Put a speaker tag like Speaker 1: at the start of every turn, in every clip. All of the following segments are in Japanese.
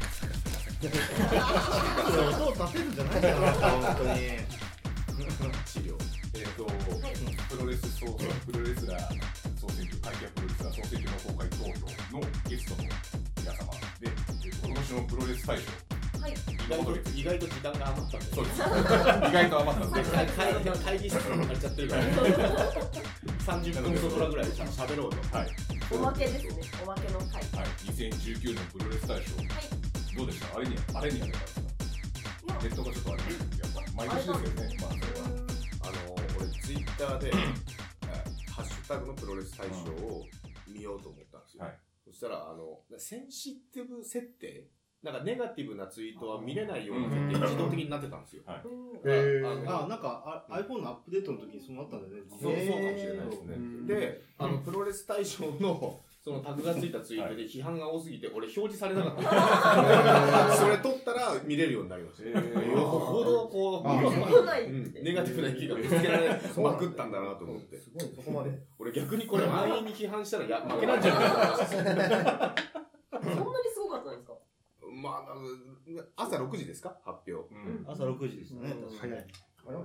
Speaker 1: ってる。音を出せるんじゃないかな、本当に。
Speaker 2: 資料、えっ、と、プロレス総プロレスラー総選挙、会計プロレスラー総選挙の公開投票のゲストの皆様で、えー今年のプロレス大賞、
Speaker 3: はい。
Speaker 2: 意
Speaker 4: 外と意外と時間が余ったんで
Speaker 2: そうです。意外と余ったんで
Speaker 4: 会
Speaker 2: す。
Speaker 4: 会 会議室に借りちゃってるから30分そこらぐらいでしゃ喋ろうと
Speaker 2: はい。
Speaker 3: おまけですね。おまけの回。
Speaker 2: はい。2019年プロレス大賞、
Speaker 3: はい。
Speaker 2: どうでしたあれに、あれにやれたんですか
Speaker 3: いや
Speaker 2: ネットがちょっとあれですやっぱ、毎年ですけどね、まあ、それは。
Speaker 5: あの俺ツイッターで「ハッシュタグのプロレス大賞」を見ようと思ったんですよ、
Speaker 2: はい
Speaker 5: そしたらあのセンシティブ設定
Speaker 4: なんかネガティブなツイートは見れないような設定に自動的になってたんですよ
Speaker 3: うーんうん
Speaker 5: へー
Speaker 4: あ
Speaker 1: あ、なんか、あ iPhone のアップデートの時にそうなったんだよね。
Speaker 5: そう
Speaker 1: へー
Speaker 5: そうかもしれないですね
Speaker 1: うん
Speaker 4: で、あの、プロレス大賞の、そのタグがついたツイートで批判が多すぎて、俺表示されなかった。
Speaker 5: それ撮ったら見れるようになりました
Speaker 2: え
Speaker 5: よ
Speaker 2: ー
Speaker 4: よほど、こう、
Speaker 1: あ
Speaker 3: 出てこないって。
Speaker 5: うん
Speaker 4: ネガティブな意見が見つけられ
Speaker 5: まくったんだなと思って
Speaker 1: すごい、そこまで。
Speaker 4: 俺逆にこれ満員に批判したらや負けなんじゃないかな。
Speaker 3: そんなにすごかったんですか。
Speaker 5: まああの朝6時ですか発表
Speaker 2: うん
Speaker 6: 朝6時でしたね、
Speaker 1: うん
Speaker 6: 確か
Speaker 1: 早い。早い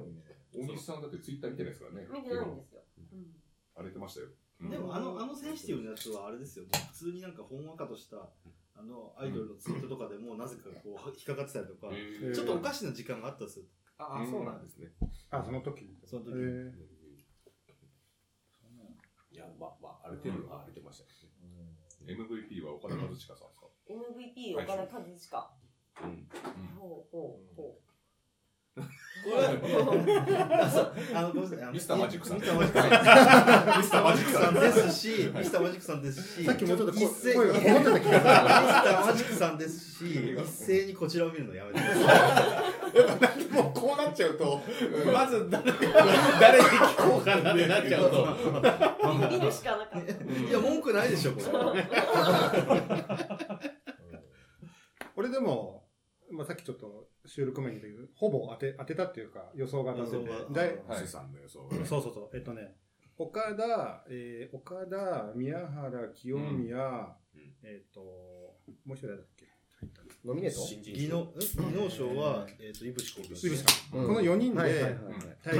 Speaker 2: 大西さんだってツイッター見てないですからね。
Speaker 3: 見てないんですよ。うん
Speaker 2: 荒れてましたよ。う
Speaker 1: ね。
Speaker 2: ん
Speaker 1: でも、あの、あのセンシティブなやつはあれですよ。もう普通になんか、ほんわかとした、あの、アイドルのツイートとかでもうなぜかこう、引っかかってたりとか、
Speaker 2: えー
Speaker 1: ちょっとおかしな時間があったんですよ。
Speaker 5: ああそうなんですね
Speaker 6: あ、その時。
Speaker 1: その時。
Speaker 6: え
Speaker 5: いやまあまあ荒れてるのは荒れてましたね
Speaker 2: MVP は岡田和親さんですか
Speaker 3: MVP 岡田和しか。ほうほうほ
Speaker 1: あの、ごめんなさいあの。
Speaker 2: ミスターマジックさん
Speaker 1: ミスターマジックさん。ミスターマジックさんですし、ミスターマジックさんですし、
Speaker 6: さっきもうちょっと声
Speaker 1: 一斉
Speaker 6: 声
Speaker 1: に
Speaker 6: が
Speaker 1: ミス
Speaker 6: こもってた気がす
Speaker 1: ターマジックさんですし、一斉にこちらを見るのやめてください。
Speaker 5: もうこうなっちゃうと
Speaker 4: まず誰、誰に聞こうかなってなっちゃうと。
Speaker 3: う。見るしかなかった。
Speaker 1: いや、文句ないでしょ、これ。
Speaker 6: 俺でも、まあ、さっきちょっと収録前に言ったけど、ほぼ当て当てたっていうか予想が当たってて
Speaker 1: 予想が
Speaker 6: だい
Speaker 2: はい
Speaker 5: 主さんの予想
Speaker 6: そうそうそう、えっとね、岡田、えー、岡田、宮原、清宮、
Speaker 5: うん
Speaker 6: えっと、もう一人誰だっけ
Speaker 7: ノミネート
Speaker 5: 新人
Speaker 1: 技能、技能賞は、えっと、いぶしこ
Speaker 6: 井口さん、
Speaker 7: うん
Speaker 6: この4人
Speaker 7: はいはいはい
Speaker 6: で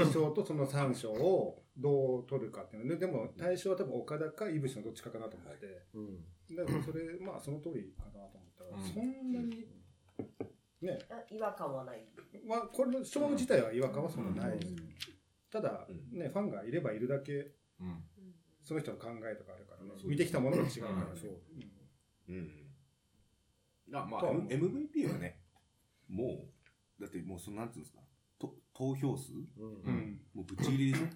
Speaker 6: 大賞とその3賞をどう取るかっていうので、でも大賞は多分岡田か井口のどっちかかなと思って、
Speaker 7: うん
Speaker 6: だからそれ、まあその通りかなと思ったら、
Speaker 2: うん
Speaker 6: そんなに、
Speaker 3: あ違和感はない。
Speaker 6: まあ、これの賞自体は違和感はそんなない、ただ
Speaker 5: う、ん
Speaker 6: ね、ファンがいればいるだけ、
Speaker 2: うん
Speaker 6: その人の考えとかあるからね、
Speaker 5: うん
Speaker 6: 見てきたものが違うからね
Speaker 2: うん。
Speaker 6: そう
Speaker 5: うんあまあ
Speaker 6: と
Speaker 5: M- MVP はねもうだってもうそのなんていうんですかと投票数
Speaker 7: うん
Speaker 6: うん
Speaker 5: もうぶっちぎりでしょ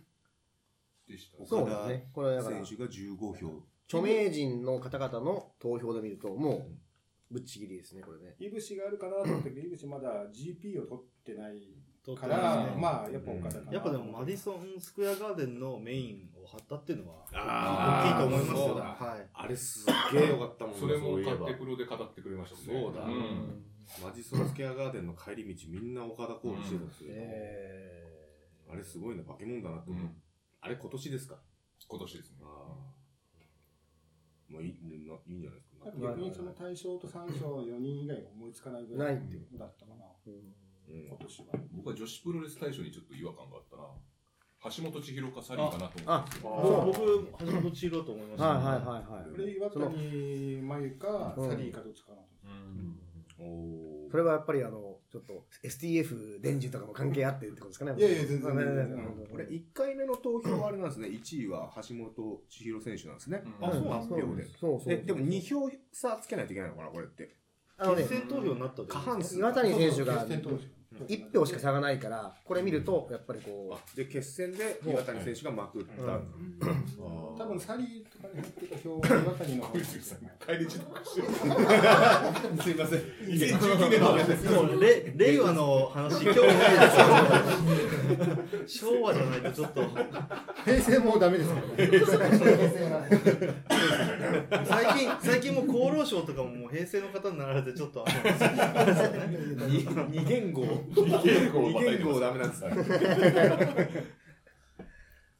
Speaker 2: でした。
Speaker 5: 岡
Speaker 7: そうだね。これはだから
Speaker 5: 選、手が15票
Speaker 7: 著名人の方々の投票で見ると、もう、ぶっちぎりですね、これね。
Speaker 6: 井口があるかなと思ったけど、井口まだ GP を取ってないか
Speaker 1: 取って
Speaker 6: ら
Speaker 1: な、いね
Speaker 6: まあ、やっぱお方かな。
Speaker 1: やっぱでも、マディソンスクエアガーデンのメインを張ったっていうのは、大きい
Speaker 5: あ
Speaker 1: と
Speaker 5: ー
Speaker 1: 思いますよ。
Speaker 5: そうだ
Speaker 1: はい。
Speaker 5: あれすっげえよかったもんな
Speaker 2: それも
Speaker 5: ういえ
Speaker 2: 勝
Speaker 5: ば
Speaker 2: 手黒で語ってくれましたもんね。
Speaker 5: そうだ
Speaker 2: ん
Speaker 5: マジソンスケアガーデンの帰り道みんな岡田コールしてたんですよ、あれすごいな化け物だなと思う、
Speaker 2: うん
Speaker 5: あれ今年ですか
Speaker 2: 今年ですね
Speaker 5: あ。あもういいないいんじゃないですか
Speaker 6: 逆にその対象と3賞4人以外が思いつかないぐらい
Speaker 7: ないっていう
Speaker 6: だったかな、
Speaker 5: うん
Speaker 6: 今年は。
Speaker 2: 僕は女子プロレス大賞にちょっと違和感があったな。橋本千尋かサリーかなと思って。
Speaker 1: 僕、橋本千尋だと思いました。
Speaker 7: はいはいはい
Speaker 6: こ
Speaker 7: はい。
Speaker 6: れ、岩谷真由か、
Speaker 7: うん
Speaker 6: サリーかどっちかなと。
Speaker 2: うん
Speaker 5: おー
Speaker 7: それはやっぱり、あの、ちょっと、STF 伝授とかも関係あってってことですかね。
Speaker 6: いやいや全然
Speaker 7: まあね
Speaker 6: 全然
Speaker 7: ねね
Speaker 5: これ1回目の投票はあれなんですね1位は橋本千尋選手なんですね、
Speaker 2: あ
Speaker 6: そう
Speaker 5: 発表で
Speaker 7: そうそう。
Speaker 5: えでも2票差つけないといけないのかなこれって
Speaker 7: あのね
Speaker 1: 決、選投票になったってこと
Speaker 5: 過半数
Speaker 7: 岩谷選手が
Speaker 6: そうそう決選投手
Speaker 7: 1票しか差がないから、これ見ると、やっぱりこ
Speaker 5: あで決戦で岩谷選手がまくった、
Speaker 7: うん
Speaker 6: 多分サリーとかに入ってた票は岩谷の方
Speaker 2: 小泉さん 帰り道とかしてる。
Speaker 5: すいません2019年の話です
Speaker 1: もうれ令和の話、興味ないですよ。昭和じゃないとちょっと、
Speaker 6: 平成もうダメですからね。
Speaker 1: 最近、最近もう厚労省とかももう平成の方になられて、ちょっと、
Speaker 5: 二言語
Speaker 2: 二言語をまた入れます
Speaker 5: 二言語ダメなんですね
Speaker 7: う、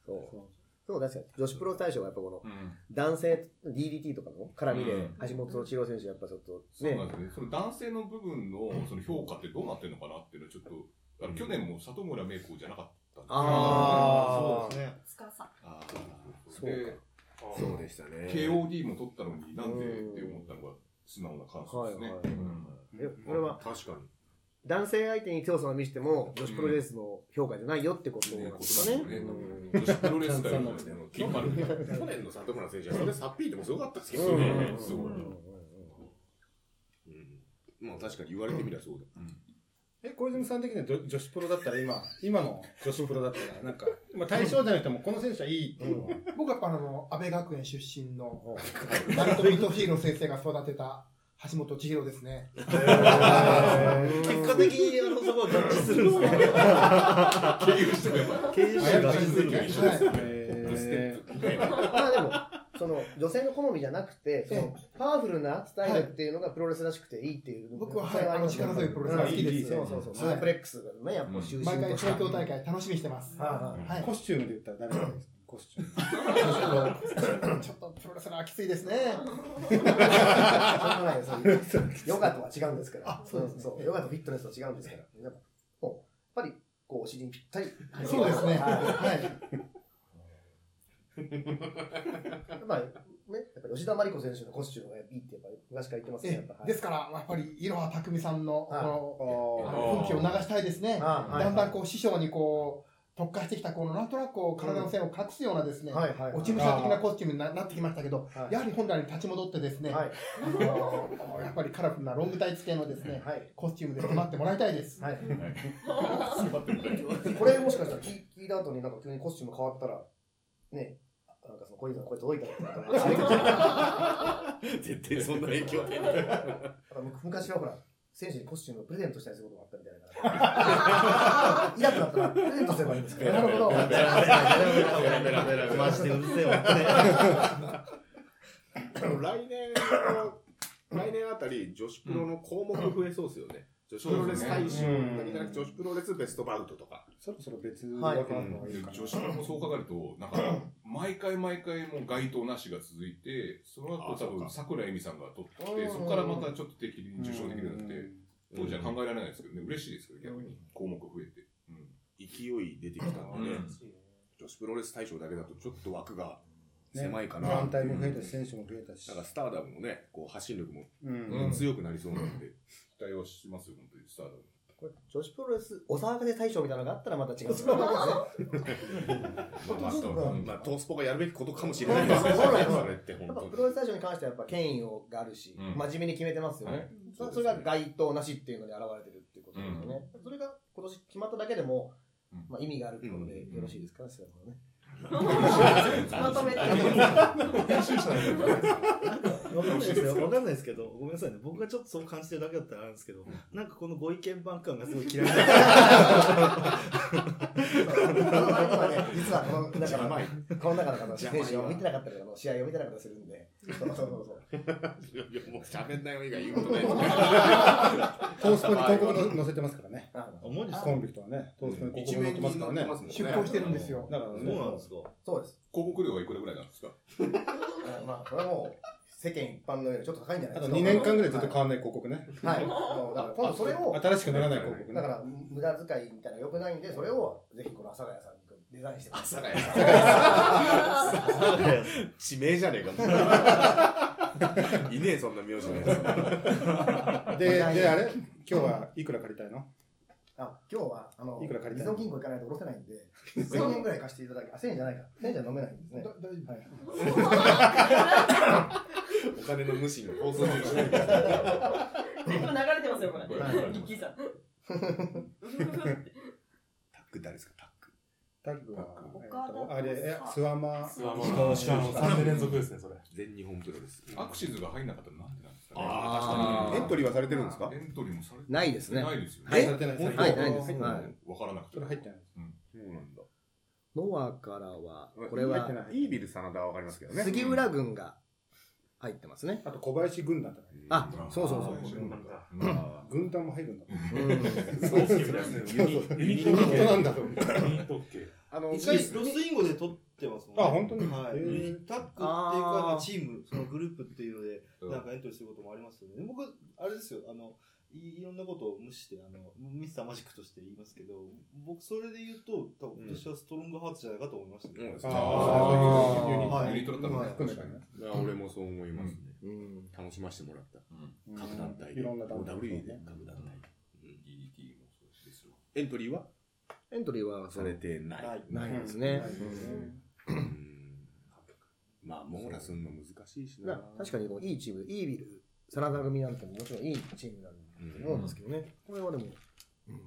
Speaker 7: そう。でも確かに、女子プロ大賞はやっぱこの、
Speaker 2: うん。
Speaker 7: 男性、DDT とかの絡み
Speaker 2: う
Speaker 7: で
Speaker 2: ん、
Speaker 7: 橋本千郎選手やっぱちょっと、
Speaker 2: そう
Speaker 7: ね
Speaker 2: なん、ですね。その男性の部分のその評価ってどうなってるのかなっていうのはちょっと、あの去年も里村芽衣子じゃなかったんで。
Speaker 7: あー
Speaker 1: そうですね。
Speaker 3: つかさ。
Speaker 2: あー
Speaker 7: そうか
Speaker 2: で
Speaker 5: そうでしたね。
Speaker 2: KOD も取ったのになんでって思ったのが素直な感想ですね。
Speaker 7: はいはい
Speaker 2: うん
Speaker 7: えこれは
Speaker 5: 確かに。
Speaker 7: 男性相手に強さを見せても、女子プロレスの評価じゃないよってこと
Speaker 2: ね
Speaker 7: なんですかね。
Speaker 2: ことだよね
Speaker 7: うん
Speaker 2: 女子プロレス界の
Speaker 5: でも
Speaker 2: 金丸みたいな。
Speaker 5: 去年の里村選手はそれさっぴいてもすごかったですけ
Speaker 2: う
Speaker 5: ど
Speaker 2: ん
Speaker 5: ね。
Speaker 2: すごい
Speaker 5: うんまあ確かに言われてみりゃそうだ。
Speaker 6: え、小泉さん的にはど女子プロだったら今、今の女子プロだったら、なんか、まあ対象じゃなくてもこの選手はいいっていうのは。
Speaker 8: 僕はやっぱあの、安倍学園出身の、鳴門糸弘先生が育てた橋本千尋です ね。
Speaker 7: 結果的に、あの、そこは合致する んですね。
Speaker 2: 経由してもやっぱ
Speaker 7: 経営者が合致するん
Speaker 2: 経
Speaker 7: で
Speaker 2: 由
Speaker 7: す
Speaker 2: し
Speaker 7: ね
Speaker 2: てもやっぱ
Speaker 6: え
Speaker 7: まあでも、その、女性の好みじゃなくて、その、パワフルなスタイルっていうのがプロレスらしくていいっていう。
Speaker 8: 僕は、
Speaker 7: そ
Speaker 8: は
Speaker 7: れ
Speaker 8: い、あ
Speaker 7: りま
Speaker 8: の、
Speaker 7: すね
Speaker 8: 力強いプロレスが好きで
Speaker 6: いい
Speaker 8: す。
Speaker 7: そうそうそう、ス
Speaker 8: は
Speaker 7: ー
Speaker 8: い
Speaker 7: プレックスがね、やっぱ中心
Speaker 8: 毎回
Speaker 7: とした
Speaker 8: 東京大会楽しみにしてます。
Speaker 7: は
Speaker 8: は
Speaker 6: ー
Speaker 8: い。
Speaker 6: コスチュームで言ったら誰がいいですかコスチューム。
Speaker 8: ちょっとプロレスラーきついですね。
Speaker 7: そんなないそうヨガとは違うんですから。
Speaker 8: あそうですね
Speaker 7: そうヨガとフィットネスとは違うんですから。やっぱもうやっぱり、こう、お尻にぴったり。
Speaker 8: そうですね。
Speaker 7: は
Speaker 8: はい。
Speaker 7: い。まあ、ね、やっぱ吉田麻里子選手のコスチュームがいいって、やっぱ昔から言ってますね、やっ
Speaker 8: え
Speaker 7: ぱ。はい
Speaker 8: ですから、やっぱり、いろはたくみさんの、こ
Speaker 7: はい
Speaker 8: の、
Speaker 6: あ
Speaker 8: あ
Speaker 6: あ。
Speaker 8: の奮起を流したいですね。
Speaker 7: あはい
Speaker 8: だんだんこう、師匠にこう、特化してきた、この、なんとなくこう、体の線を隠すようなですね、
Speaker 7: はいはいはい。
Speaker 8: 落ち武者的なコスチュームにななってきましたけど、
Speaker 7: はい
Speaker 8: やはり本来に立ち戻ってですね、
Speaker 7: はい。
Speaker 8: あのやっぱりカラフルなロングタイツ系のですね、
Speaker 7: はい。
Speaker 8: コスチュームで迫ってもらいたいです。
Speaker 7: はい。
Speaker 2: 座ってるから
Speaker 7: これもしかしたら聞聞いた後になんか急にコスチューム変わったら、ね、なんかその小泉さんの声届いたらとか、
Speaker 5: 絶対そんな影響出ない。
Speaker 7: あ とむ昔はほら、選手にコスチュームをプレゼントしたりすることがあったみたい な。痛くなったらプレゼントすればいいんですけど。なるほど。
Speaker 1: マジでうるせえわ。
Speaker 5: でも来年の、来年あたり女子プロの項目増えそうですよね。女子プロレス大賞だけじゃなくて女子プロレスベストバウトとか。
Speaker 6: そろそろ別の枠の方がいい
Speaker 2: で
Speaker 6: かな。
Speaker 2: 女子からもそう考えると、なんか、毎回毎回もう該当なしが続いて、その後
Speaker 5: あそ
Speaker 2: 多
Speaker 5: うか
Speaker 2: 分、桜井美さんが取っ
Speaker 7: う
Speaker 2: て、
Speaker 7: ん
Speaker 2: そこからまたちょっと定期的に受賞できるようになって、
Speaker 6: う
Speaker 2: 当時は考えられないですけどね、嬉しいですけど、逆に。項目増えて。
Speaker 5: 勢い出てきたんでね、女子プロレス大賞だけだとちょっと枠が狭いか
Speaker 6: ん
Speaker 5: な。
Speaker 6: 団体も増えたし、選手も増えたし
Speaker 5: なん。かスターダムもね、こう発信力も
Speaker 6: うん
Speaker 2: うん
Speaker 5: 強くなりそうなんで、
Speaker 2: 期待はしますよ、本当に、スターダム。
Speaker 7: これ女子プロレス、お騒がせ大賞みたいなのがあったらまた違う。そう
Speaker 5: まあ、まあ
Speaker 7: そう
Speaker 5: まあまあトースポがやるべきことかもしれないですけ
Speaker 7: そう
Speaker 5: ど、
Speaker 7: そうそう
Speaker 5: それって
Speaker 7: やっぱ
Speaker 5: 本
Speaker 7: プ
Speaker 5: 当
Speaker 7: ロレ
Speaker 5: に。
Speaker 7: ス大賞に関してはやっぱ権威をがあるし、
Speaker 2: うん
Speaker 7: 真面目に決めてますよね。
Speaker 2: はい
Speaker 5: そ
Speaker 7: そ
Speaker 5: うですね
Speaker 7: それが該当なしっていうのに現れてるっていうことですよね。それが今年決まっただけでも、
Speaker 2: うん
Speaker 7: まあ、意味があるってことでよろしいですかね、それもね。
Speaker 3: まとめて。
Speaker 1: わかんないですよ。わかんないですけど、ごめんなさいね。僕がちょっとそう感じてるだけだったらあるんですけど、なんかこのご意見番感がすごい嫌いなんですよ
Speaker 7: 今ね、実はこの中
Speaker 5: 邪魔
Speaker 7: の
Speaker 5: い。
Speaker 7: この中の方の
Speaker 5: 邪魔
Speaker 7: 選
Speaker 5: よ
Speaker 7: 手を見てなかったりとか、試合を見てなかったりするんで、そうそうそうそう。
Speaker 5: いやいやもう喋んないよ以外言うことないです
Speaker 6: トースポに広告載せてますからね。
Speaker 7: あの
Speaker 1: 重いですか
Speaker 6: コンビクトはね。トースポに広
Speaker 5: 一
Speaker 6: 告載っ
Speaker 5: 面
Speaker 6: て
Speaker 5: に
Speaker 6: ますからね。
Speaker 8: 出向してるんです。よ。
Speaker 6: だから
Speaker 1: そう
Speaker 6: ね、
Speaker 1: なんですか。
Speaker 7: そうです。
Speaker 2: 広告料はいくらぐらいなんですか
Speaker 7: あのまあ、これはもう、世間一般のよりちょっと高いんじゃな
Speaker 6: あ
Speaker 7: いで
Speaker 6: と
Speaker 7: すか。
Speaker 6: 2年間ぐらいずっと変わんない広告ね。
Speaker 7: はい。もうだから今度それを、
Speaker 6: 新しくならない広告ね
Speaker 7: だか。ら、無駄遣いみたいなの良くないんで、それを、ぜひこの阿佐ヶ谷さんにデザインしてます。
Speaker 5: 朝がや地名じゃねえかもういねえそんな名字のやつ
Speaker 6: で、で、あれ今日はいくら借りたいの
Speaker 7: あ、今日は、あの、
Speaker 6: いくら借り
Speaker 7: 依
Speaker 6: たいの
Speaker 7: 存金庫行かないと下ろせないんで、1000円ぐらい貸していただき、あ、1000円じゃないか。1000円じゃ飲めないんですね
Speaker 8: だ。大丈夫
Speaker 7: はい
Speaker 5: お金の無心の放送中しない
Speaker 3: 全部流れてますよ、これ。
Speaker 2: はい
Speaker 3: 一気さん。
Speaker 5: タック誰ですかタック
Speaker 6: タッグは、
Speaker 3: 岡田
Speaker 6: えっとあれ、えスワマ、
Speaker 9: スワマの3年連続ですね、それ。
Speaker 5: 全日本プロレス
Speaker 2: アクシズが入んなかったらなんでなんですかね
Speaker 5: ああ確かにエントリーはされてるんですか
Speaker 2: エントリーもされて
Speaker 7: ないですね。
Speaker 2: ないですよ
Speaker 6: 入
Speaker 2: ね。
Speaker 6: されてないです
Speaker 7: はいないです
Speaker 6: 入って
Speaker 7: はい
Speaker 2: わからなくて。
Speaker 6: それ入ってない。
Speaker 5: そうなんだ
Speaker 7: ノアからは、これ
Speaker 6: 入って
Speaker 7: は、
Speaker 6: ない。
Speaker 5: イービル真田はわかりますけどね
Speaker 7: 杉浦軍が入ってますね。
Speaker 6: あと小林軍団とか、
Speaker 7: あ、そうそうそう。
Speaker 2: そうなんだ。うん
Speaker 6: 軍団も入るんだ。
Speaker 7: うん
Speaker 9: そうですね。ユニユニ
Speaker 6: 本当なんだ。
Speaker 9: ユニ特系。
Speaker 5: あの、
Speaker 1: 一回ロスインゴで取ってますもん
Speaker 6: あ、本当に。
Speaker 1: はい、
Speaker 6: へー
Speaker 1: タックっていうか、まあチーム、そのグループっていうので、
Speaker 2: うん
Speaker 1: なんかエントリーすることもありますよね。で僕、あれですよ、あの、いいろんなことを無視して、あの、ミスターマジックとして言いますけど、僕、それで言うと、多分今年はストロングハーツじゃないかと思いましたけど、
Speaker 5: うん
Speaker 1: は
Speaker 5: あ
Speaker 6: ー
Speaker 1: はい
Speaker 5: ユニ
Speaker 2: ユニットだったもんね。
Speaker 6: 含めたね。
Speaker 5: いや俺もそう思いますね。
Speaker 6: うん。
Speaker 5: 楽しませてもらった。
Speaker 2: うん
Speaker 5: 各団体
Speaker 6: いろんな団体
Speaker 5: OWE で各団体。
Speaker 2: DDT もそうですよ。
Speaker 5: エントリーは
Speaker 7: エントリーは
Speaker 5: されてない。
Speaker 1: い。
Speaker 7: ないですね。
Speaker 5: うんまあ、網羅するの難しいし
Speaker 7: まあ
Speaker 5: な。
Speaker 7: 確かにこのいいチーム、いいビル、真田組なんてももちろんいいチームなんだと思うんですけどね。これはでも、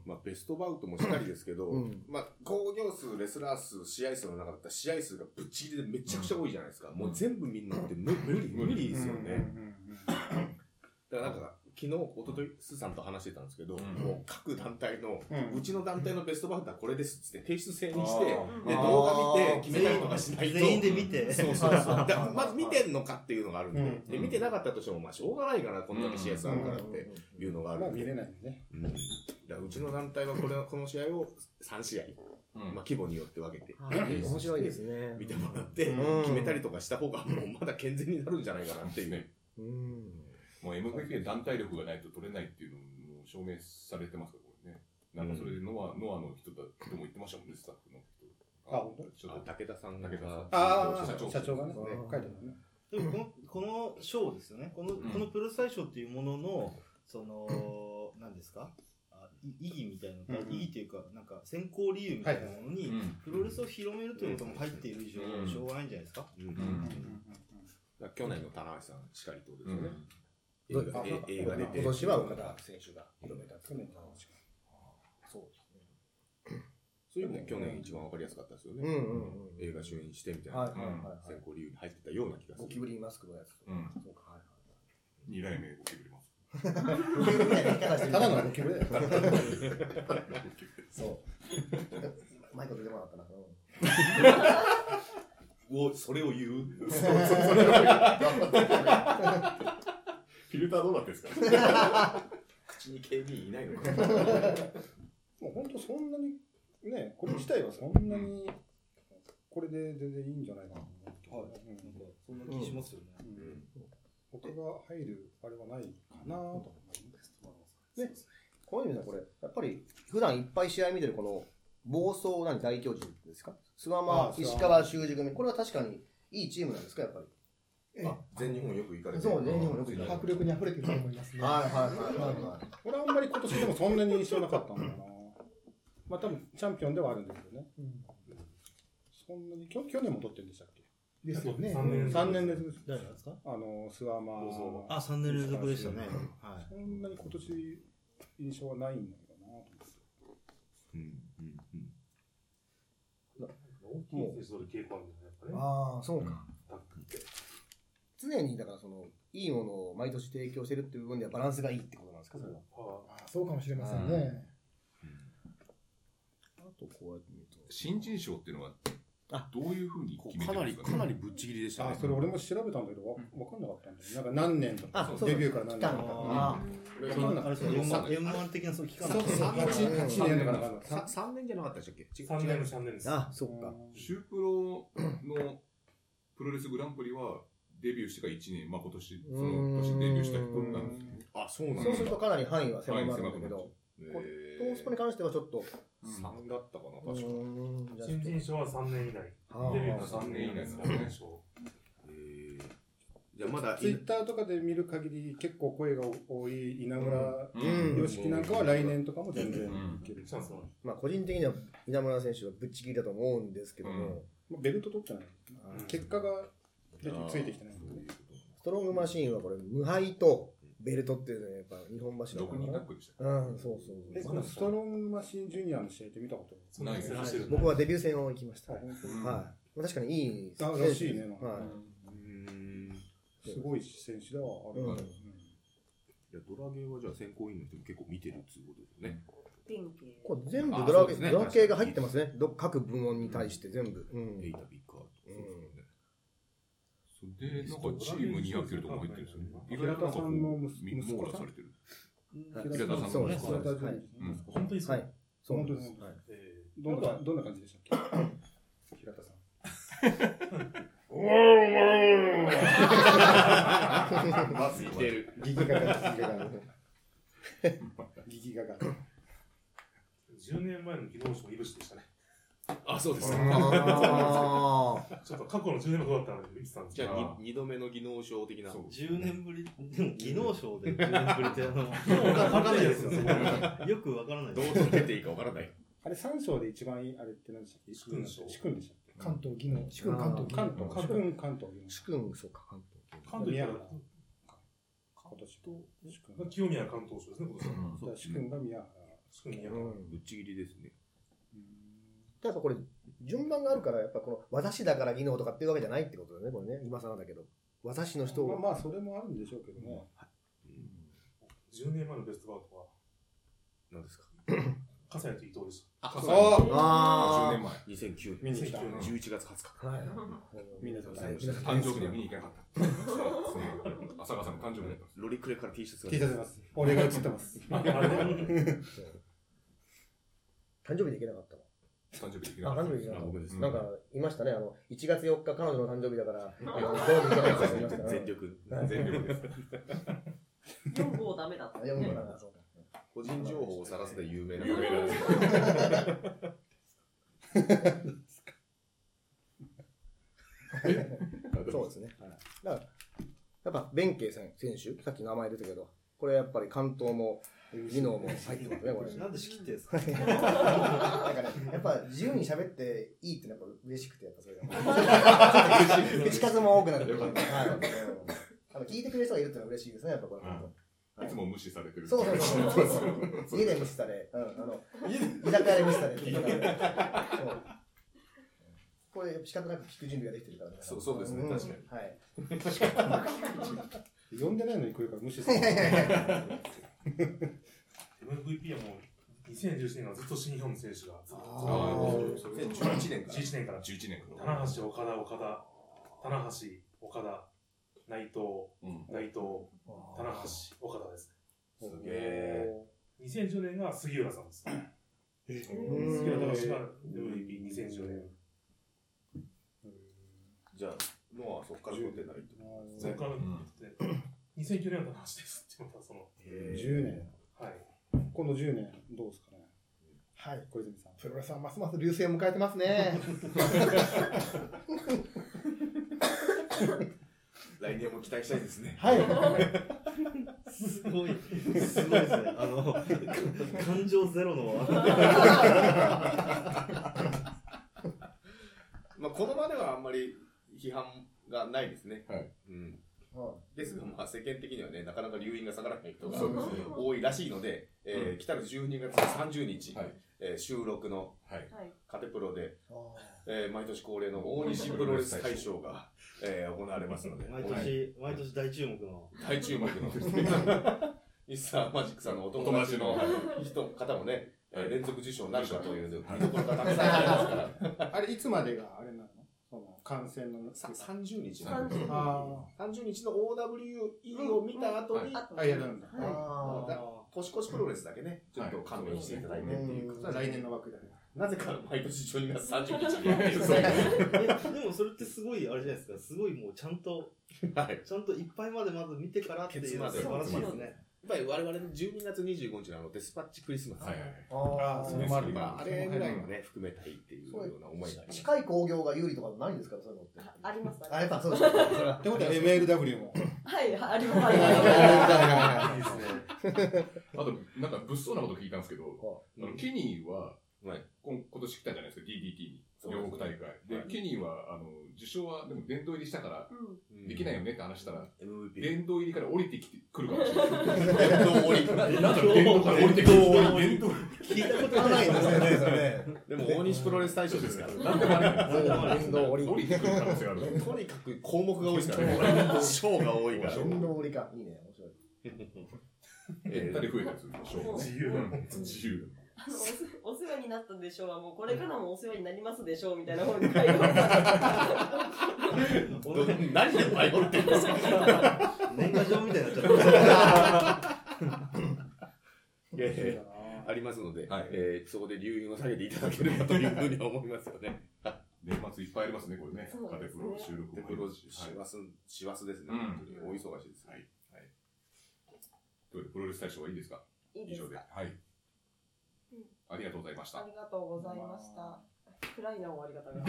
Speaker 5: まあ、ベストバウトもしっかりですけど、
Speaker 7: うん
Speaker 5: まあ、興行数、レスラー数、試合数の中だったら、試合数がぶっちぎりでめちゃくちゃ多いじゃないですか。もう全部みんなって無無理、無理ですよね。だからなんか、昨日、一昨日スーさんと話してたんですけど、
Speaker 2: ん
Speaker 5: もう各団体の、
Speaker 6: うん
Speaker 5: うちの団体のベストバウターこれですっつって提出制にして、で、
Speaker 2: あ
Speaker 10: ー
Speaker 5: 動画見て決めたりとかしないと。
Speaker 1: 全員で見て。
Speaker 5: そうそうそう。だからまず見てんのかっていうのがあるんで、
Speaker 6: うん
Speaker 5: で見てなかったとしても、まあ、しょうがないから、こんだけ試合数あるからっていうのがある
Speaker 6: もうん見
Speaker 5: で、
Speaker 6: れないね。
Speaker 5: うん、だからうちの団体はこれこの試合を3試合、
Speaker 2: うん
Speaker 5: まあ、規模によって分けて、
Speaker 7: 面白いですね。
Speaker 5: 見てもらって、
Speaker 7: うん
Speaker 5: 決めたりとかした方が、もうまだ健全になるんじゃないかなっていう。
Speaker 2: ね
Speaker 7: うん。
Speaker 2: もう MVP 団体力がないと取れないっていうのも証明されてますから、これね。なんかそれでノア、ノアの人だ人も言ってましたもんね、スタッフの人。
Speaker 6: あ本当
Speaker 2: ちょ
Speaker 5: あ
Speaker 2: っと
Speaker 5: 武田さんが
Speaker 2: 武田さん
Speaker 6: あ
Speaker 2: 社
Speaker 6: あ、
Speaker 2: 長
Speaker 6: 社長がね、
Speaker 7: うん
Speaker 6: 書いてあるね。
Speaker 1: でもこの、この賞ですよね。この、
Speaker 2: ん
Speaker 1: このプロサイ賞っていうものの、その、何ですかあい意義みたいな、
Speaker 6: うんうん
Speaker 1: 意義というか、なんか選考理由みたいなものに、
Speaker 2: うん
Speaker 1: プロレスを広めるということも入っている以上、
Speaker 2: うん
Speaker 1: しょうがないんじゃないですか。
Speaker 5: うん
Speaker 2: うん
Speaker 5: だから去年の棚橋さんしかりってことで
Speaker 2: う
Speaker 5: すよね。
Speaker 2: ん
Speaker 7: どういうこと
Speaker 5: ええ映画出て
Speaker 7: 今年は岡田選手が広めた。
Speaker 6: 去年の話
Speaker 7: そうですね。
Speaker 5: そういう意味では去年一番わかりやすかったですよね。
Speaker 7: うんうんうん。
Speaker 5: 映画主演してみたいな、
Speaker 7: はいはいはい
Speaker 5: 選
Speaker 7: はい。
Speaker 5: 考理由に入ってたような気がす
Speaker 7: ゴ
Speaker 5: る
Speaker 7: キ。ブリマスクのやつとか。
Speaker 2: うん
Speaker 7: そうか、は
Speaker 2: 二代目ゴキブリマスク。
Speaker 7: いはいはい。
Speaker 6: ただのゴキブリだよ。
Speaker 7: そう。
Speaker 11: マイク出てこなかったな。うん
Speaker 5: お、それを言う
Speaker 2: フィルターどうなってんですか
Speaker 5: 口に警備員いないの よ。
Speaker 6: もう本当そんなに、ね、これ自体はそんなに、これで全然いいんじゃないかなと思うけど
Speaker 1: な
Speaker 6: ね。
Speaker 1: んか、そんな気しますよね。
Speaker 6: うんうん他が入るあれはないかなと思う。ね、
Speaker 7: こういう意味ではこれ、やっぱり普段いっぱい試合見てるこの暴走何大巨人ですか諏訪
Speaker 6: あ
Speaker 7: 間、
Speaker 6: 諏訪間
Speaker 7: 石川修二組。これは確かにいいチームなんですか、やっぱり。
Speaker 5: あ、全日本よく行かれて
Speaker 7: そう全日本よく行かれ
Speaker 8: 迫力に溢れてると思いますね。
Speaker 7: はいはいはいはいはい。
Speaker 6: 俺はあんまり今年でもそんなに印象なかったんだよな。まあ多分チャンピオンではあるんだけどね。
Speaker 8: うん
Speaker 6: そんなに、きょ去年も取ってんでしたっけ
Speaker 8: ですよね。
Speaker 6: 三年連続です。
Speaker 1: 誰なんですか
Speaker 6: あの、諏訪間。
Speaker 1: あ、3年連続でしたね。はい。
Speaker 6: そんなに今年印象はないんだけどなと思って。
Speaker 5: うんうんうん
Speaker 9: 大きい選手の傾向あるんだよね、やっぱね。
Speaker 7: ああ、そうか。
Speaker 9: タックって。
Speaker 7: 常にだからそのいいものを毎年提供してるっていう部分ではバランスがいいってことなんですかそれは
Speaker 9: あ
Speaker 8: あそうかもしれませんね。
Speaker 7: あとこうやって見ると
Speaker 2: 新人賞っていうのは、どういうふうに決めて
Speaker 5: かな
Speaker 2: るん
Speaker 5: り、
Speaker 2: ですか
Speaker 5: かな
Speaker 2: ね
Speaker 5: りぶっちぎりでした
Speaker 6: あ
Speaker 5: ね。
Speaker 6: それ俺も調べたんだけどわわかんなかったんだよなんか何年と
Speaker 7: あ
Speaker 6: か
Speaker 7: そうそう
Speaker 6: デビューから何
Speaker 7: 期
Speaker 6: 年
Speaker 7: 間
Speaker 6: と
Speaker 7: が
Speaker 6: かわかんなかった
Speaker 1: 円
Speaker 6: よ
Speaker 1: 満円満的な、そう聞かな
Speaker 5: そう
Speaker 1: い。
Speaker 5: 三年
Speaker 6: 8年とかなんか
Speaker 5: さ三年じゃなかったでしたっけ違
Speaker 9: 3
Speaker 5: 違
Speaker 9: 年
Speaker 5: いま
Speaker 9: の
Speaker 5: した
Speaker 9: 3年です。
Speaker 7: ああそっか
Speaker 2: シュープロのプロレスグランプリは、デビューしてから1年、まあ今年、その年デビューした人なんですけど、
Speaker 5: あ、そうなんだ。
Speaker 7: そうするとかなり範囲は狭まるんだけ
Speaker 2: はい
Speaker 7: ど
Speaker 5: へー
Speaker 7: トースポに関してはちょっと
Speaker 5: 三だったかな、
Speaker 7: う
Speaker 5: 確か。
Speaker 7: ーんじゃあちょ
Speaker 9: 新
Speaker 7: っと
Speaker 9: 人賞は3年以内。
Speaker 7: あ
Speaker 9: デビュー
Speaker 7: ー
Speaker 9: の3年以内です
Speaker 2: 三年以内
Speaker 5: へーじゃあまだ
Speaker 6: ツイッターとかで見る限り結構声が多い稲村
Speaker 2: うん
Speaker 6: 良樹なんかは来年とかも全然
Speaker 2: うん
Speaker 6: いける
Speaker 9: チャンスは
Speaker 7: まあ個人的には稲村選手はぶっちぎりだと思うんですけども
Speaker 6: まあベルト取ってない結果が出てついてきてないんだよね
Speaker 7: ストロングマシーンはこれ無敗とベルトっていうのはやっぱ日本柱
Speaker 2: 6人タッグでしたっ
Speaker 7: うんそうそう
Speaker 6: え
Speaker 7: そう
Speaker 6: このストロングマシンジュニアの試合って見たこと
Speaker 2: けないです
Speaker 9: 走る
Speaker 7: 僕はデビュー戦を行きました
Speaker 6: あ
Speaker 7: はい
Speaker 6: る
Speaker 7: まあ確かにいい
Speaker 6: あらしいねなんか
Speaker 7: は
Speaker 5: うーん
Speaker 6: すごい選手ではある
Speaker 7: うん
Speaker 6: うん
Speaker 5: いや、ドラゲーはじゃあ選考委員の人も結構見てるっていうことですよね。
Speaker 10: 電気。
Speaker 7: これ全部
Speaker 2: あ
Speaker 7: ドラ
Speaker 2: そうで
Speaker 7: ゲ、
Speaker 2: すね
Speaker 7: ドラ系が入ってますね。ど各部門に対して全部。う
Speaker 5: エイ
Speaker 7: ん。
Speaker 5: タビッグアート。そうですよね
Speaker 2: で、なんかチーム200キロとかも入ってるんですよね。意外となんかこうみ網羅されてる。
Speaker 7: はい
Speaker 2: 平田さん
Speaker 7: そう
Speaker 2: の
Speaker 7: で
Speaker 2: ね
Speaker 7: す。
Speaker 6: 平田
Speaker 7: は
Speaker 6: 純
Speaker 7: い。
Speaker 6: 次
Speaker 2: うん
Speaker 9: 本当に
Speaker 7: は
Speaker 9: そう。
Speaker 7: い。そうなんで
Speaker 6: 本当にそ。
Speaker 7: すはい
Speaker 9: え
Speaker 6: どんなどんな感じでしたっけ平田さん。
Speaker 2: おーおーまずい
Speaker 6: 似て
Speaker 2: て
Speaker 6: る
Speaker 2: る。
Speaker 6: ギギガガギギガガ。ギギガガ。
Speaker 9: 10年前の技能士もいぶしでしたね。
Speaker 4: あ、そうですか。
Speaker 12: あ
Speaker 9: ちょっと過去の10年もどうだったのか見てたんです
Speaker 4: じ
Speaker 9: け
Speaker 4: ゃ
Speaker 9: ど。
Speaker 4: あ、に二度目の技能賞的な。
Speaker 1: 10年ぶり、でも技能賞 で10年ぶりって、あの、わかわかんないですよ、そこよくわからない
Speaker 4: ど
Speaker 1: で
Speaker 4: う
Speaker 1: す。
Speaker 4: 出ていいかわからない。
Speaker 6: あれ三章で一番いいあれって何でしたっけ？主君
Speaker 9: 主君賞
Speaker 6: 主君でしたっけ？
Speaker 8: 関東技能。主君関東技
Speaker 6: 関
Speaker 8: 能。
Speaker 6: 東主君関東技能
Speaker 12: 主君、そうか、関
Speaker 9: 関東行ったら、
Speaker 6: 今年と主君が
Speaker 9: 清宮関東省ですね、今年は。
Speaker 6: だから主君が宮原。
Speaker 9: すぐに
Speaker 12: 東。うん。
Speaker 5: ぶっちぎりですね。
Speaker 12: ただやっぱこれ、順番があるから、やっぱこの、私だから技能とかっていうわけじゃないってことだよね、これね。今更だけど。私の人
Speaker 6: まあ
Speaker 12: を。
Speaker 6: まあそれもあるんでしょうけどね。
Speaker 9: 10年前のベストバウトは、
Speaker 5: 何ですか
Speaker 9: 笠谷と伊藤でし
Speaker 6: あ
Speaker 12: あ
Speaker 5: 年前。2009
Speaker 6: 見に来た。
Speaker 5: 年。11月20日。
Speaker 12: あ。はい。
Speaker 6: みんなでございました
Speaker 2: 誕生日には見に行かなかった。浅川さんの誕生日だったんです。
Speaker 5: ロリクレから T シャツが
Speaker 6: T シャツます。俺が映ってます。
Speaker 9: た。あれ ね
Speaker 12: 誕生日できなかったの。
Speaker 2: 誕生日でき
Speaker 12: あ、
Speaker 2: なか
Speaker 12: 誕
Speaker 2: っ
Speaker 12: 生日じゃな
Speaker 5: あ
Speaker 12: かっ
Speaker 5: 僕です
Speaker 12: た。
Speaker 5: ね
Speaker 12: なんか、いましたね。あの、1月4日、彼女の誕生日だから、 あのどうにかなっていましたね
Speaker 5: 全。力。
Speaker 2: 全力です。
Speaker 3: 4号ダメだった。
Speaker 12: あ、4だな、そうか。
Speaker 5: 個人情報をさらすで有名な。
Speaker 9: 有名なんですよ。
Speaker 12: そうですね。だから、やっぱ、弁慶さん選手、さっき名前出たけど、これやっぱり関東も、技能も入って ますね、これ。
Speaker 1: なんで仕切ってんすか
Speaker 7: なんかね、やっぱ自由に喋っていいってのはやっぱ嬉しくて、やっぱそれが。
Speaker 12: 口数も多くなって
Speaker 5: よかっ
Speaker 7: はいうんあの聞いてくれる人がいるってのは嬉しいですね、やっぱこれ。
Speaker 2: いつも無視されてる。
Speaker 7: そうそうそうそう家で無視され、うん、あの、居酒屋で無視されっていうのがそうこれ、仕方なく聞く準備ができてるからね。
Speaker 5: そうそうですね確かに
Speaker 7: に。はい。
Speaker 6: 呼んでないのに来るから無視する。
Speaker 9: MVP はもう、2017年はずっと新日本の選手がずっと、
Speaker 5: ああ、2011年か。
Speaker 9: 11年から、
Speaker 2: 11年
Speaker 9: 棚橋、岡田、岡田、棚橋、岡田、内藤、
Speaker 2: うん。
Speaker 9: 内藤、棚橋、岡田ですね。
Speaker 5: すげえ。
Speaker 9: 2010年が杉浦さんです。
Speaker 12: うん
Speaker 9: 杉浦隆が MVP2010 年。
Speaker 5: じゃあ、ノアそっから出てないと。
Speaker 9: そこからで、2009年の話ですってまたその、
Speaker 6: 10年。
Speaker 9: はい。
Speaker 6: この10年どうですかね。
Speaker 8: はい。
Speaker 6: 小泉さん。
Speaker 8: プロレスはますます流星を迎えてますね。
Speaker 5: 来年も期待したいですね。
Speaker 8: はい。
Speaker 1: すごい、すごいですね。あの、感情ゼロの、あの
Speaker 5: まあ、この場ではあんまり批判がないですね。
Speaker 2: はい。
Speaker 5: うん。
Speaker 7: うん
Speaker 5: ですが、まあ、世間的にはね、なかなか留飲が下がらない人が
Speaker 2: そうですね。
Speaker 5: 多いらしいので、えー来たる12月30日、
Speaker 2: はい
Speaker 5: えー収録の
Speaker 2: はい。
Speaker 3: はい。
Speaker 5: カテプロで、
Speaker 8: あー
Speaker 5: えー毎年恒例の大西プロレス大賞が、えー行われますので、
Speaker 1: 毎年、毎年大注目の。
Speaker 5: 大注目の、ミスターマジックさんのお友達の
Speaker 2: お友
Speaker 5: 人、方もね、えー連続受賞なるかという
Speaker 2: はい
Speaker 5: 見どころがたくさんありますから、
Speaker 6: あれいつまでがあれなのその感染の。
Speaker 5: さ30日なんで
Speaker 3: 30
Speaker 5: す
Speaker 6: あ
Speaker 5: 30日の OWE を見た後に、
Speaker 3: あと
Speaker 6: あ。あ、やるんだ。
Speaker 3: はい
Speaker 5: あ
Speaker 7: あ
Speaker 5: 年越しプロレスだけね、ちょっと勘弁していただいてっていう
Speaker 6: それは来年の枠だね。
Speaker 5: なぜか毎年12月30日にやっているそうで
Speaker 1: い
Speaker 5: す
Speaker 1: やでもそれってすごい、あれじゃないですか。すごいもうちゃんと、
Speaker 5: はい。やっ
Speaker 1: ちゃんといっぱいまでまず見てからってい
Speaker 5: ケツ
Speaker 1: うの
Speaker 5: ま
Speaker 1: は
Speaker 5: で
Speaker 1: 素晴らしいですね。
Speaker 5: ぱり我々の12月25日のあのデスパッチクリスマス。
Speaker 2: はいはい。
Speaker 7: あ
Speaker 6: あ
Speaker 7: ー
Speaker 6: それもある
Speaker 5: ま
Speaker 6: な
Speaker 5: あ、あれぐらいはね、含めたいっていうような思いがあります。
Speaker 7: 近い工業が有利とかないんですかそういうのって。
Speaker 3: ああります
Speaker 7: あ、やっぱそうですか。
Speaker 6: ってことは MLW も。
Speaker 3: はい、あります。
Speaker 2: あと、なんか物騒なこと聞いたんですけど、あのケニーは、
Speaker 5: はい
Speaker 2: こん今年来たじゃないですか、DDT に。
Speaker 5: そうです
Speaker 2: 両
Speaker 5: ね
Speaker 2: 国大会。で、
Speaker 5: はい
Speaker 2: ケニーは、あの、受賞は、でも殿堂入りしたから、
Speaker 3: う
Speaker 5: うん
Speaker 2: できないよねって話したら、
Speaker 5: MVP。
Speaker 2: 殿堂入りから降りてきてくるかもしれない。
Speaker 5: 殿堂降り。
Speaker 2: なんだろう、殿堂から降りてくる。殿堂入
Speaker 1: 聞いたことないですね。
Speaker 5: でも、大西プロレス大賞ですから。
Speaker 2: り。なんでもあり な
Speaker 12: 運動
Speaker 2: い。降りてくる可能性がある。
Speaker 5: とにかく項目が多いですからね。賞が多いから。
Speaker 7: 運動売りか。いいね、面白い。
Speaker 2: えったり増えたりするでしょ。
Speaker 9: 自由
Speaker 2: うん自由。
Speaker 3: あのお世お世話になったでしょうはもうこれからもお世話になりますでしょうみたいな本に書いてます。
Speaker 5: ど何で迷ってるんですか
Speaker 1: 年賀状みたいになっちゃった。
Speaker 5: いやいやいやありますので、えーそこで留飲を下げていただければというふうには思いますよね。
Speaker 2: 年末いっぱいありますね、これね。
Speaker 3: そうですね
Speaker 2: カテプロ収録
Speaker 5: で、プ
Speaker 2: もありま
Speaker 5: ロ
Speaker 2: す
Speaker 5: 師
Speaker 2: し。はい
Speaker 5: 走、師走ですね、
Speaker 2: うん
Speaker 5: 本当に。お忙しいです。
Speaker 2: はい。はい。ということでプロレス大賞はいいですか
Speaker 3: いいですか
Speaker 2: 以上で。はい。ありがとうございました。
Speaker 3: ありがとうございました。暗いな、終わり方 が。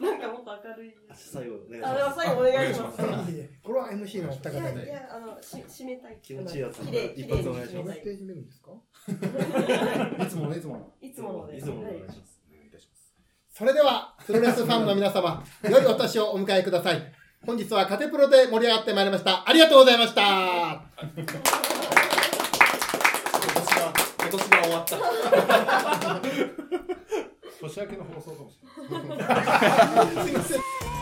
Speaker 3: なんかもっと明るい。
Speaker 1: 最後お願いし
Speaker 3: あ、では
Speaker 1: ます。
Speaker 3: 最後お願いします。
Speaker 8: いえこれは MC のお二
Speaker 3: い
Speaker 8: 方
Speaker 3: や、い
Speaker 8: で。
Speaker 3: や、あの、し、締めたい。
Speaker 1: 気持ちいいやつ
Speaker 3: 綺麗
Speaker 1: 一発お願いしま
Speaker 3: 綺
Speaker 1: す
Speaker 8: どうやっ
Speaker 3: 麗
Speaker 8: て
Speaker 3: に
Speaker 8: 決めるんですかいつものいつもの。
Speaker 3: いつもので。
Speaker 1: いつものお
Speaker 3: は
Speaker 1: 願
Speaker 3: い
Speaker 1: いします。
Speaker 8: それでは、プロレスファンの皆様、良いお年をお迎えください。本日はカテプロで盛り上がってまいりました。ありがとうございました。
Speaker 4: 今年が終わった。
Speaker 6: 年明けの放送かもしれない。
Speaker 8: すいません。